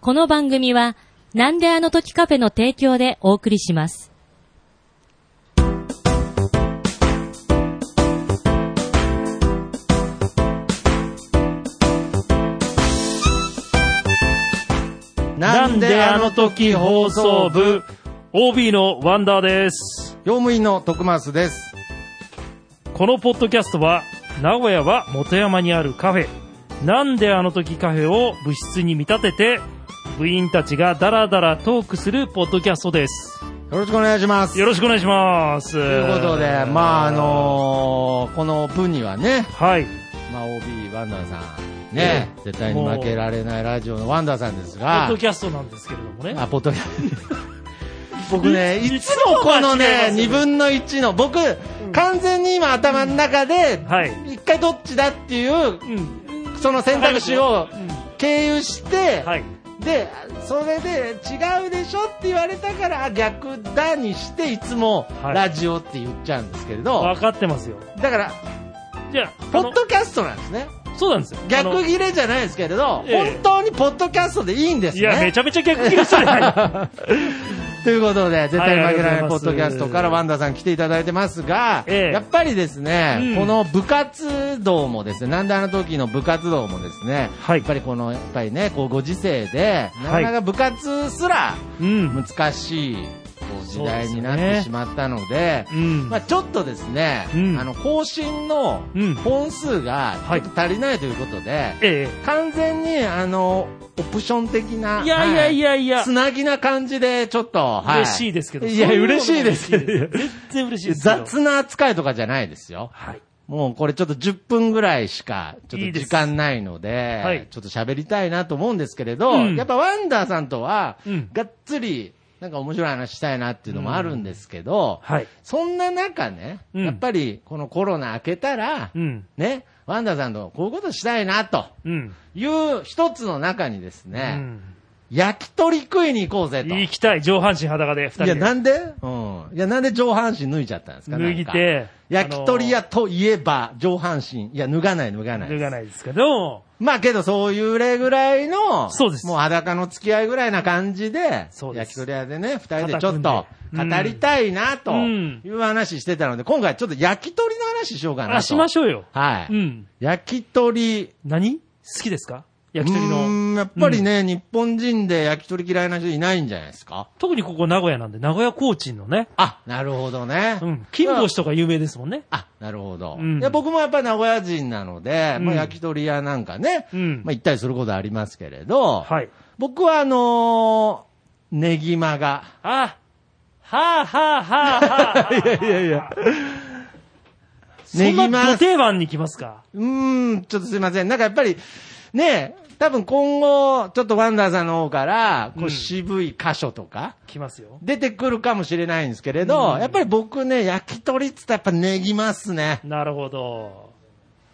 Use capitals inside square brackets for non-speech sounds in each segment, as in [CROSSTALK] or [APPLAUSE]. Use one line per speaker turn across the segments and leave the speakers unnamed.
この番組は、なんであの時カフェの提供でお送りします。
なんであの時放送部 OB のワンダーです。
用務員の徳松です。
このポッドキャストは名古屋は元山にあるカフェなんであの時カフェを部室に見立てて部員たちがダラダラトークするポッドキャストです。
よろしくお願いします。
よろしくお願いします。と
ということで、まあ、あ、のーこのプンにはね、
はい。
まあ、OB ワンダーさん、ね、絶対に負けられないラジオのワンダーさんです
ポッ
が
ド、キャストなんですけれどもね。
あ、ポッドキャ
[LAUGHS]
僕ね、
い
いつもこのね、
いつも間違えますよね
2分の1の、僕、完全に今頭の中で、
はい。
一回どっちだっていう、
うん。
その選択肢を
う
経由して
ん、はい。
でそれで違うでしょって言われたからあ逆だにしていつも
はい
ラジオって言っちゃうんですけれど、
わかってますよ。
だから
じゃあ、
ポ
あの
ッドキャストなんですね
そうなんですよ。あの
逆切れじゃないですけれど、
ええ
本当にポッドキャストでいいんですね
いや、めちゃめちゃ逆切
[LAUGHS]
れしてない。
ということで絶対に負けられないい
はあり
ポ
が
ッ
と
ド
うご
キ
ざいま
ャ
す
ストからワンダさん来ていただいてますが、
ええ
やっぱりですね、
うん
この部活動もですねなんであの時の部活動もですね
は
やっぱりこのやっぱりねこうご時世でなか
はい
なか部活すら、
うん。
難しいこう時代になってしまったので、
うん。
まあ、ちょっとですね、
うん
あの更新の
うん
本数がちょ
は
っ
い
と足りないということで、
え
完全にあのオプション的な
え。いやいやいやいや
は。つなぎな感じでちょっと、は
嬉しいですけど。
いや
そううの
嬉しいですけど
嬉しいです全然嬉しいですけど。
雑な扱いとかじゃないですよ。
はい。
もうこれちょっと10分ぐらいしか、ちょ
いい
っ
で
と
す
時間ないので、
はい
ちょっと喋りたいなと思うんですけれど、
うん
やっぱワンダーさんとは、
うん
がっつり、なんか面白い話したいなっていうのもあるんですけど、
はい。
そんな中ね、
うん
やっぱりこのコロナ明けたら、
うん。
ね、ワンダーさんとこういうことしたいなと
うん。
いう一つの中にです
う
ね、
ん。
焼き鳥食いに行こうぜと。
行きたい。上半身裸で、二人
い
で。
や、なんでうん。いや、なんで上半身脱いじゃったんですか
脱
なん
ぎ
か
て。
焼き鳥屋
っ
といえば、上半身。いや、脱がない、脱がない。
脱がないですけど、
まあけど、そういう例ぐらいの、
そうです
もう裸の付き合いぐらいな感じで、
そうです
焼き鳥屋でね、二人でちょっと
うん
語りたいな、と
うん
いう話してたので、今回ちょっと焼き鳥の話しようかなと。
あ、しましょうよ。
は
う
い。
ん。
焼き鳥、
何好きですか焼き鳥
う
の。
ーんやっぱりね、日本人で焼き鳥嫌いな人いないんじゃないですか
特にここ名古屋なんで、名古屋コーチンのね。
あ、なるほどね。
うん。金星とか有名ですもんね。
あ、なるほど。
うん
いや僕もやっぱり名古屋人なので、
うん
まあ焼き鳥屋なんかね、
うん
まあ行ったりすることありますけれど、
はい。
僕はあのー、ネギマが。
あ、はあはあはあ
[LAUGHS]
はあ。いやいやいや。そ
ネギ
ん
マ
な、ド定番に来ますか
うーん、ちょっとすいません。なんかやっぱり、ねえ、多分今後、ちょっとワンダーさんの方から、こ
うん
う渋い箇所とか、
来ますよ。
出てくるかもしれないんですけれど、
うん
やっぱり僕ね、焼き鳥っつったらやっぱネギマっすね。
なるほど。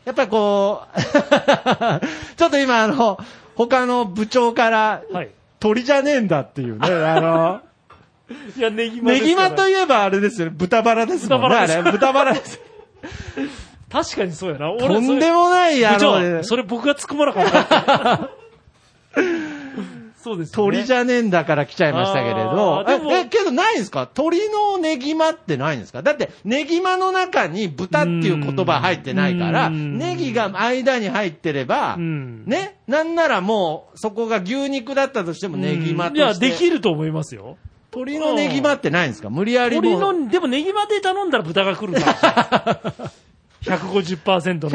やっぱりこう、 [LAUGHS] ちょっと今あの、他の部長から、
はい。
鳥じゃねえんだっていうね、あの、
いや、ネギマ。
ネギマといえばあれですよね、豚バラですもんね、
豚バ
あ
ラです
れ。豚バラです。
確かにそうやな。 [LAUGHS] 俺
とんで
も
もない野
部
郎で
長、それ僕が突っ込まなかった。
[LAUGHS]
そうですね。
鳥じ
ゃ。
ゃねえんだから来ちゃいましたけれど
あ。ーでも
え、えけどないんですか鳥のネギマってないんですかだって、ネギマの中に豚っていう言葉入ってないから、
うん
ネギが間に入ってれば、
うん。
ね、なんならもう、そこが牛肉だったとしても
うん、
ネギマと
いや、
して。
できると思いますよ。
鳥のネギマってないんですか無理やり
鳥
もう。
の、でもネギマで頼んだら豚が
[LAUGHS]
来るから。150%の牛で。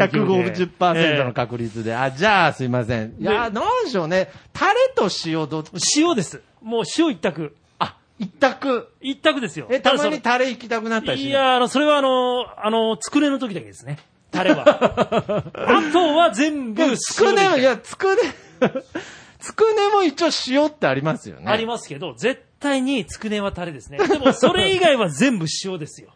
150%の
え
確率で。あ、じゃあ、すいません。いや、なんでしょうね。タレと塩どっち
え塩です。もう塩一択。
あ、一択。
一択ですよ。
え、たま
だ
に
そ
タレ行きたくなった
の
りしな
い
い
や、あの、それはあの、あの、つくねの時だけですね。
[LAUGHS]
タレは。あとは全部塩で
つくねも、いや、つくね、 [LAUGHS] つくねも一応塩ってありますよね。
ありますけど、絶対につくねはタレですね。でも、それ以外は全部塩です
[LAUGHS]
よ。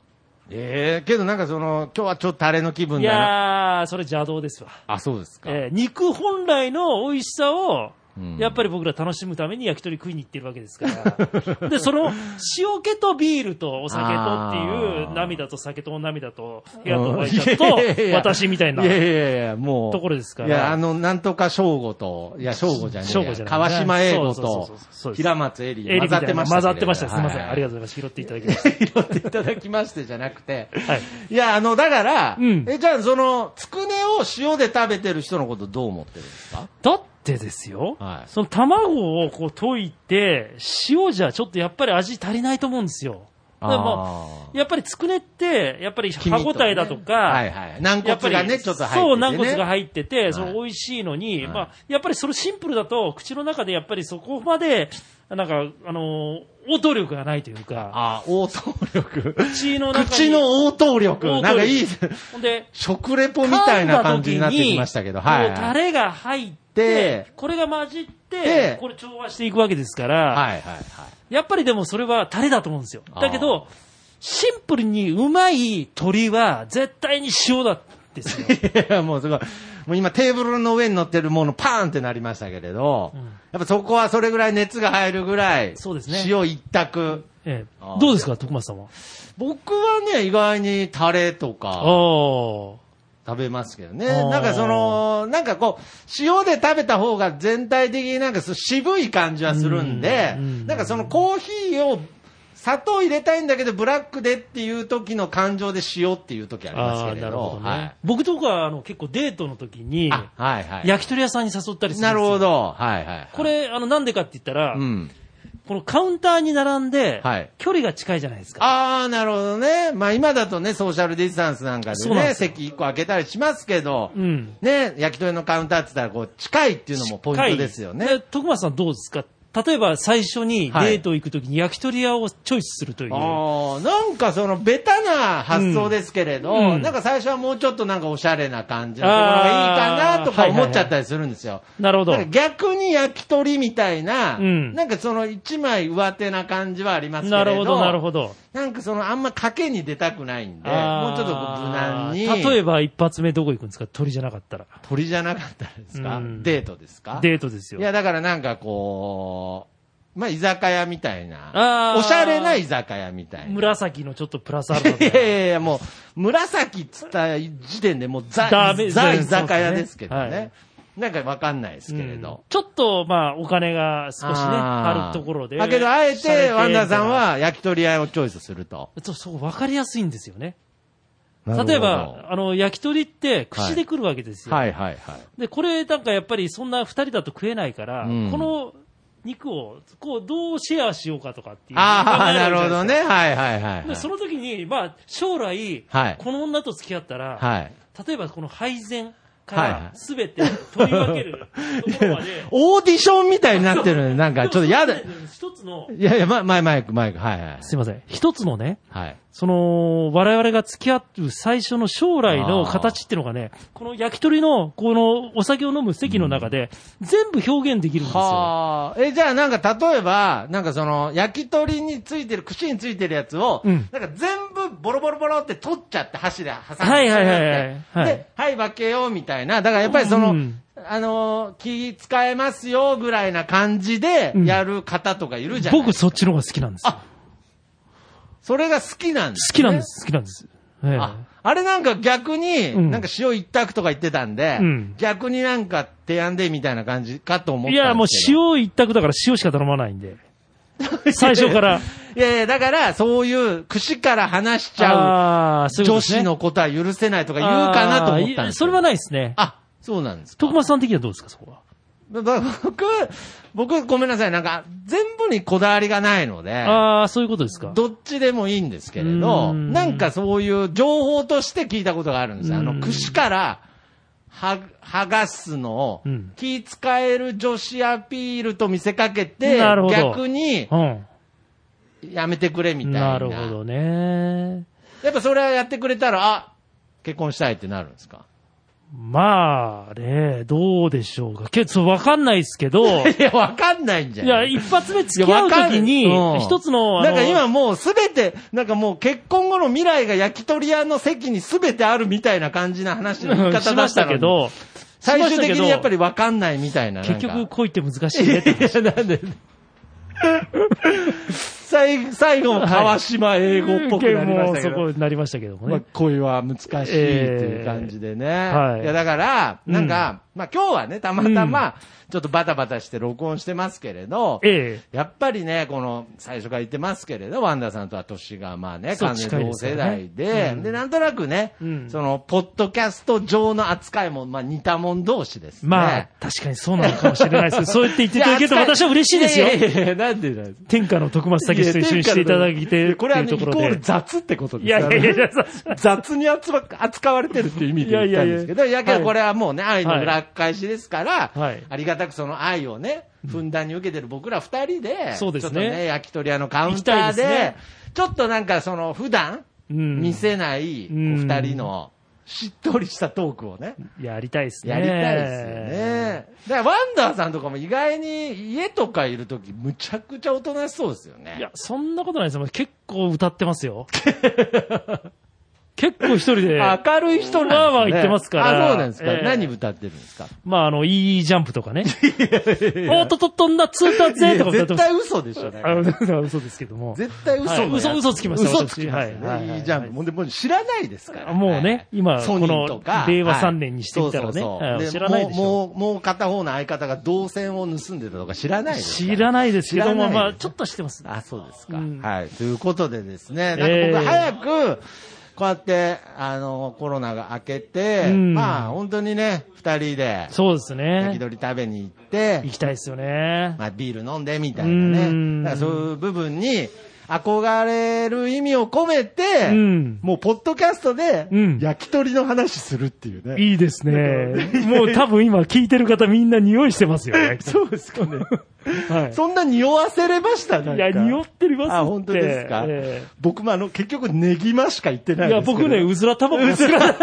ええけどなんかその、今日はちょっとタレの気分
い
だな。
やー、それ邪道ですわ。
あ、そうですか。
えー肉本来の美味しさを、
うん
やっぱり僕ら楽しむために焼き鳥食いに行ってるわけですから。で、その塩気とビールとお酒とってい
あー
う、涙と酒と涙と、部屋とおばあちゃんと
うんいやいやい、や
私みたいない
やいやいや、もう。
ところですから。
いや、あの、なんとか正吾と、いや、正吾じゃねえや。
省吾じゃない
川島英吾
そうそうそうそうそう
と、
です
平松エリ
エリ
混
み
ざ
た
っ
い
て
な
ましたけれど。
混ざってました。すみません。ありが
と
とうございます。拾っていただきまし
う。 [LAUGHS] 拾っていただきましてじゃなくて。
た。はい。
いや、あの、だから、
うん
え、じゃあ、その、つくねを塩で食べてる人のことどう思ってるんですか
だってですよ、
はい
その卵をこう溶いて、塩じゃちょっとやっぱり味足りないと思うんですよ。だからまあ
あー
やっぱりつくねって、やっぱり歯
黄身
応
と
えだとか、
はいはい。軟
やっぱ
骨
り
がね、ちょっと入ってて、ね。
そう、軟骨が入ってて、その美味しいのに、
はい
まあ、やっぱりそれシンプルだと、口の中でやっぱりそこまで、なんか、あのー応答力がないというか、
あー応答力。
口の中に
口の応答力。
応答力
なんかいい、
ほんで、
食レポみたいな感じになってきましたけど、はい
こう
はい。
タレが入って
で、
これが混じって
で、
これ調和していくわけですから、
はいはいはい。
やっぱりでもそれはタレだと思うんですよ。
あー
だけど、シンプルにうまい鳥は絶対に塩だですよ。
[LAUGHS] いや、もうすごい。もう今テーブルの上に乗ってるものパーンってなりましたけれど、
うん
やっぱそこはそれぐらい熱が入るぐらい、
そうですね
塩一択。
ええ
あー
どうですか、徳松さんは。
僕はね、意外にタレと
あ
か
あ。
食べますけどね。
あー
なんかその、なんかこう、塩で食べた方が全体的になんかそう渋い感じはするんで、
うんうん
なんかそのコーヒーを砂糖入れたいんだけど、ブラックでっていう時の感情で塩っていう時あります
あ
け
あー、
れ
な
ど。
るほどね。
はい
僕とか、あの、結構デートの時に、
あ、はいはい。
焼き鳥屋さんに誘ったりする
な
んですよ。
るほ。ど。はいはいはい。
こ、れ、あの、なんでかって言ったら、
うん。
このカウンターに並んで、
はい
距離が近いじゃないですか。
ああ、なるほどね。まあ今だとね、ソーシャルディスタンスなんかで
そうなん
ね、
ですよ
席一個開けたりしますけど、
うん。
ね、焼き鳥のカウンターって言ったら、こう、近いっていうのもポイントですよ
近い
ね。
で徳松さんどうですか例えば最初に
はい
デート行く時に焼き鳥屋をチョイスするという。
ああ、なんかその、ベタな発想ですけれど、
うんうん
なんか最初はもうちょっとなんかおしゃれな感じのところがいいかなとか
あー
思っちゃったりするんですよ。
なるほど。
なんか逆に焼き鳥みたいな、
うん
なんかその一枚上手な感じはありますけれ
な
ど。
るほど、なるほど。
なんかそのあんま賭けに出たくないんで、もうちょっとこう無難に。
例えば一発目どこ行くんですか鳥じゃなかったら。
鳥じゃなかったらですか、
うん
デートですか
デートですよ。
いや、だからなんかこう、まあ居酒屋みたい
あ
な、
ー
おしゃれな居酒屋みたいな。
紫のちょっとプラスアルファ
い
み
や
たい
い
な。
やいや、もう、紫っつった時点でもうザ、
ダメ
ザ
全
居
然そうですね
酒屋ですけどね。
はい
なんかわか [LAUGHS] んないですけれ
うん
ど。
ちょっと、まあ、お金が少しね、
あー
あるところで。
だけど、あえ
洒落
て、ワンダーさん
み
は焼き鳥屋をチョイスすると。
たいな、そう、そう、わかりやすいんですよね。例え
なる
ば、あの、焼き鳥って、串で来るわけです
ほ
よ。
ど、はいはいはい。
で、これ、なんかやっぱり、そんな二人だと食えないから、
うん
この肉を、こう、どうシェアしようかとかっていう。
あ
考
あ、
え
な
わ
る
け
ほ
じゃ
ど
い
ね。
ですか。
はいはいはい、はい。
で、その時に、まあ、将来、
はい
この女と付き合ったら、
はい。
例えばこの配膳か
はいは
ら
い
すべて取り分けるところ [LAUGHS] まで、
オーディションみたいになってるねなんか、ちょっと嫌だ。
で
い
も一つの、
やいや、ま、マイマイク、マイク、はいはい。
すいません、一つのね、
はい。
その、我々が付き合う最初の将来の形っていうのがね、この焼き鳥の、このお酒を飲む席の中で、全部表現できるんですよ。
はあ。え、じゃあなんか例えば、なんかその、焼き鳥についてる、串についてるやつを、
うん
なんか全部ボロボロボロって取っちゃって、箸で挟んで。
はいはいはいはいはい
で、はい、分けようみたいな。だからやっぱりその、
うん
あのー気使えますよぐらいな感じで
うん
やる方とかいるじゃない、
僕そっちの方が好きなんですよ。
あそれが好きなんです、
好きなんで。す、好きなんです。ええ
あ、あれなんか逆に、
うん
なんか塩一択とか言ってたんで、
うん
逆になんか提案でみたいな感じかと思ったん
い
ですけど。
や、もう塩一択だから塩しか頼まない
[LAUGHS]
んで。最初から。
いやいや、だから、そういう、串から話しちゃう、
ああ、そういうこ
女
とですね
子のことは許せないとか言うかなと思ったん
あーい
です
それは
ね。
ないですね。
あ、そうなんですか。
徳松さん的にはどうですか、そこは。
だだ僕、僕、ごめんなさい。なんか、全部にこだわりがないので、
ああ、そういうことですか。
どっちでもいいんですけれ
う
ど、
ん
なんかそういう情報として聞いたことがあるんですよ。あ
う
の、
ん
串から、は、剥がすのを
うん、
気使える女子アピールと見せかけて、
なるほど
逆に
う、ん。
やめてくれみたいな。
なるほどね。
やっぱそれはやってくれたら、あ、結婚したいってなるんですか
まあね、どうでしょうか。けど、わかんないですけど、 [LAUGHS] い
[LAUGHS] いや、わかんないんじゃな
や、
い
一発目付き合うとき
いやわかる
に、
うん
一つの、あ
な
の
んか今もうすべて、なんかもう結婚後の未来が焼き鳥屋の席にすべてあるみたいな感じな話の言い
うん
方
し
だ
ま
っ
[LAUGHS] したた
のに
け、ど、
最終
しました
的
けど
にやっぱり分かんないみたいな。なんか
結局、恋って難しいねって
いや、なんで。最 [LAUGHS] 最後も川島英語っぽくなりましたけど、
もうそこになりましたけども
まあ
ね。、
恋は難しいっていう感じでね。
はい
い、や、だから、
うん
なんか、まあ今日はね、たまたま、ちょっとバタバタして録音してますけれど、
え
やっぱりね、この、最初から言ってますけれど、ワンダさんとは年がまあね、
そう
完全
近いで
同
すよね
世代で、
うん
で、なんとなくね、
うん
その、ポッドキャスト上の扱いも、まあ似たもん同士です
え。
ね。
まあ、確かにそうなのかもしれないです
[LAUGHS]
けど、そう言って言っていただけると私は嬉しいですよ
や。扱いいやいやいやなんでなんです
天下の徳松武史と一緒にしていただいて、
これは
っ
ね
てい
イ
う
コ
ところ
ール
で。
雑ってことです
いやいやいやいや、
雑に扱扱われてるっていう意味で言ったんですけど、
いやいやいや
やけどこれはもうね、愛
はい
の裏返しですから、
はい
ありがたくその愛をね、ふんだんに受けてる僕ら二人で、
そうです
ち
ね
ょっとね、焼き鳥屋のカウン
行
ター
き
で、
たいですね
ちょっとなんかその普段
うん
見せないお
うん
二人のしっとりしたトークをね、
やりたいですね。
やりたいですよね。だからワンダーさんとかも意外に家とかいるときむちゃくちゃおとなしそうですよね。
いや、そんなことないですよ。結構歌ってま
[LAUGHS]
すよ。結構一人で、
明るい人なんですね。
わーわー言ってますから
あ、そうなんですか。
ええ
何歌ってるんですか
まあ、あの、いいジャンプとかね。おっとっとっとんな、つーたぜーとか歌っ
絶
てます。
対嘘でしょ、ね。
あの、嘘ですけども。
絶対嘘のやつ、
はい嘘嘘つきました
嘘つきました
私はいはい
ね。いいジャンプ。もうでもう知らないですから。
もう
はい
ね、、今、
ソ
こ
ニーと
の
か。、
令和
はい
3年にしてみたらね、
そうそう
はい
そう
知らないでしょ。
もう、もう、もう片方の相方が銅線を盗んでたとか知らないです
知ら
い。
ないですけど
知ら
も、
ない
まあ、ちょっと知ってます。
あ、そうですか、
うん
はい。ということでですね、
ええ
なんか僕早く、こうやって、あの、コロナが明けて、
うん
まあ、本当にね、二人で、
そうです
焼き
ね。
鳥食べに行って、
行きたいですよね。
[LAUGHS] まあ、ビール飲んでみたいうなね。
ん
だからそういう部分に憧れる意味を込めて、
うん
もうポッドキャストで
うん
焼き鳥の話するっていうね。
いいですね。もう多分今聞いてる方みんな匂いしてますよね。
[LAUGHS] そうですか [LAUGHS] ね。
はい。
そんな匂わせれましたなん
い
か
や、匂ってるわすって。
あ、本当ですか。
ええ
僕もあの、結局ネギマしか言ってない
い
ん
や、
ですけど。
僕ね、うずら卵が好きなんだ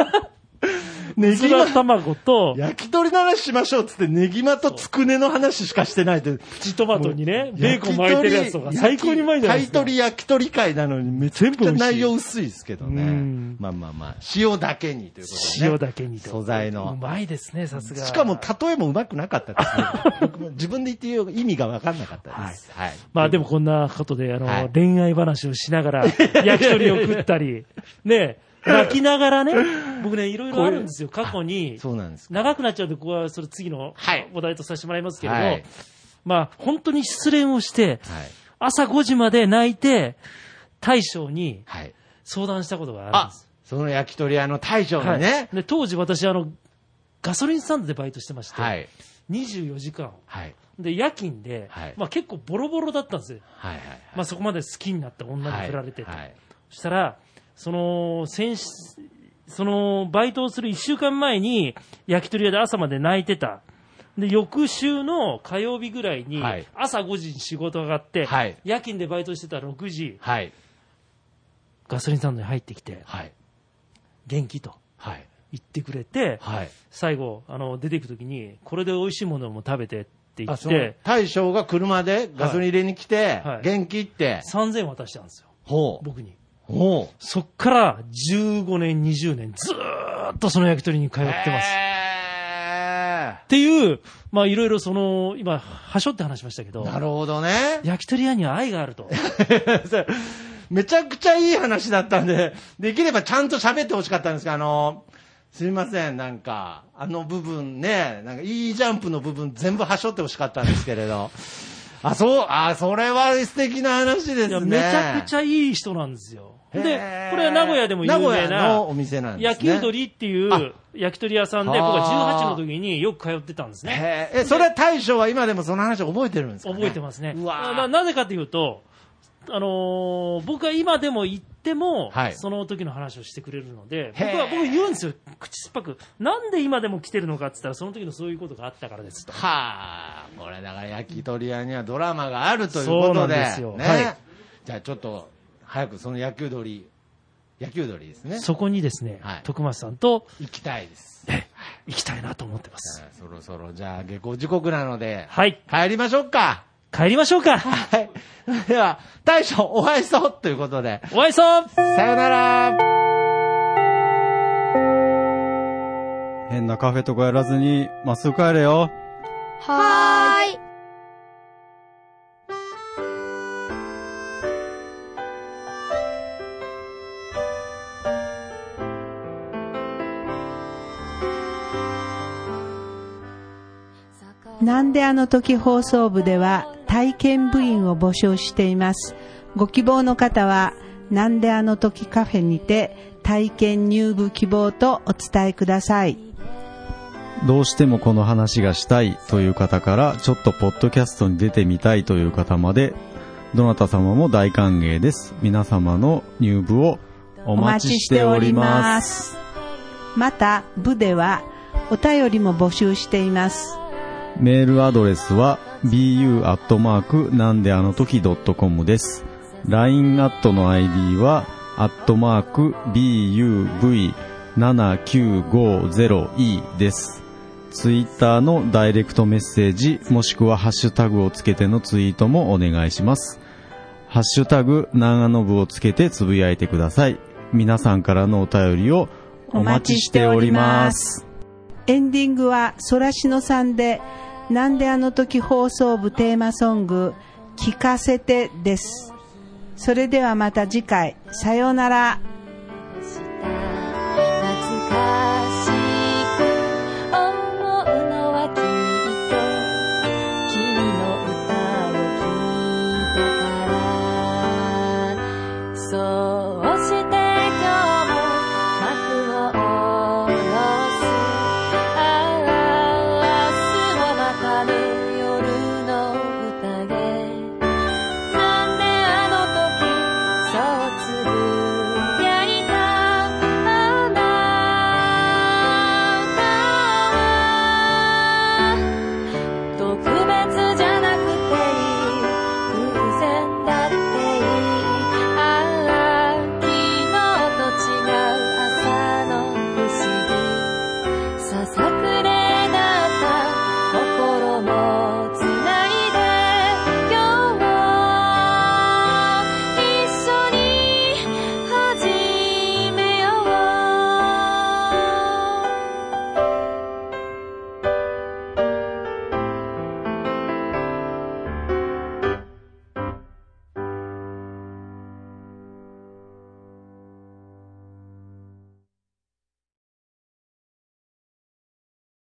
ネ
うず
ギ
ら
マ、
卵と、
焼き鳥の話しましょうっつってネギマとつくねの話しかしてないで。
プチトマトにね、ベーコン巻いてるやつとか、最高にうまいじゃないですか。
買取焼き鳥会なのにめちゃくちゃ内容薄いですけど
う
ね
ん。
まあまあまあ、塩だけにということでね。
塩だけにと。
素材
う
の。
まいですね、さすが。
しかも、例えもうまくなかったですね。僕も自分で言ってよ意味が分かんなかったです。はい。
まあでもこんなことで、あの、
はい
恋愛話をしながら、焼き鳥を食ったり、ね、泣きながらね、僕ね、いろいろあるんですよ、過去に。
そうなんです。
長くなっちゃうんで、ここはそれ次の
はい
お題とさせてもらいますけれど、
はい
まあ本当に失恋をして、
はい。
朝5時まで泣いて、大将に
はい。
相談したことがあるん
あ
です。、
その焼き鳥屋の大将
は
が
い
ね。
で当時私、あの、ガソリンスタンドでバイトしてまして、
はい。
24時間。
はい。
で、夜勤で、
はい
まあ結構ボロボロだったんですよ。
はい。
まあそこまで好きになった女
はい。
に振られてと、
はい。
そしたら、その、先しその、バイトをする1週間前に、焼き鳥屋で朝まで泣いてた。で、翌週の火曜日ぐらいに
はい、
朝5時に仕事上がって、
はい
夜勤でバイトしてた6時、
はい。
ガソリンスタンドに入ってきて、
はい。
元気と
はい。
言ってくれて、
はい。
最後、あの、出ていくときに、これで美味しいものも食べてって言
あ
っ
その
て、
大将が車でガソリン入れに来て
はいはい、
元気って、
3000円渡したんですよ、
ほう、
僕に。
ほう。
そっから15年、20年、ずーっとその焼き鳥に通ってます。
へ
っていう、まあいろいろその、今、はしょって話しましたけど
ー、なるほどね。 [LAUGHS]
焼き鳥屋には愛があると。
そうめちゃくちゃいい話だったんで、できればちゃんと喋ってほしかったんですけど、あの、すみません、なんか、あの部分ね、なんかいいジャンプの部分全部はしょってほしかったんですけれど。あ、そう、あ、それは素敵な話です
い
ね
や。めちゃくち
ゃ。
ゃいい人なんですよ。で、こ
へー
れは名古屋でも有名
名古屋
な
の、お店なんですね。
焼きうどりっていう焼き鳥屋さんで、僕は
はあ
18の時によく通ってたんですね。
へーえ、それは大将は今でもその話覚えてるんですか、ね、
覚えてますね。
うわー
ななぜかというと、あのー僕は今でも行っても、
はい
その時の話をしてくれるので、
へー
僕は僕言うんですよ、口酸っぱく。なんで今でも来てるのかって言ったら、その時のそういうことがあったからですと。
はあ、これだから焼き鳥屋にはドラマがあるという
そ
こ
うな
と
ん
で、
ですよ
ね
はい
じゃあちょっと早くその焼き鳥、焼き鳥ですね、
そこにですね、
はい
徳松さんと
行きたいです。
行きたいなと思ってます。
あそろそろじゃあ下校時刻なので、
はい。
帰りましょうか。
帰りましょ
[LAUGHS]
うか。
はい。では、大将お会いそうということで、
お会いそう
さよなら。変な
なカフェとかやらずに、まっすぐ帰れよ。
はーい。
なんであの時放送部では体験部員を募集しています。ご希望の方は、なんであの時カフェにて体験入部希望とお伝えください。
どうしてもこの話がしたいという方から、ちょっとポッドキャストに出てみたいという方まで、どなた様も大歓迎です。皆様の入部をお待ちしております。
す。また、部ではお便りも募集しています。
メールアドレスは bu アットマークなんであの時 .com です。LINE アットの ID はアットマーク buv7950e です。ツイッターのダイレクトメッセージもしくはハッシュタグをつけてのツイートもお願いします。ハッシュタグ長野部をつけてつぶやいてください。皆さんからのお便りをお待ちしております。
エンディングはソラシノさんで、なんであの時放送部テーマソング、聞かせてです。それではまた次回、さようなら。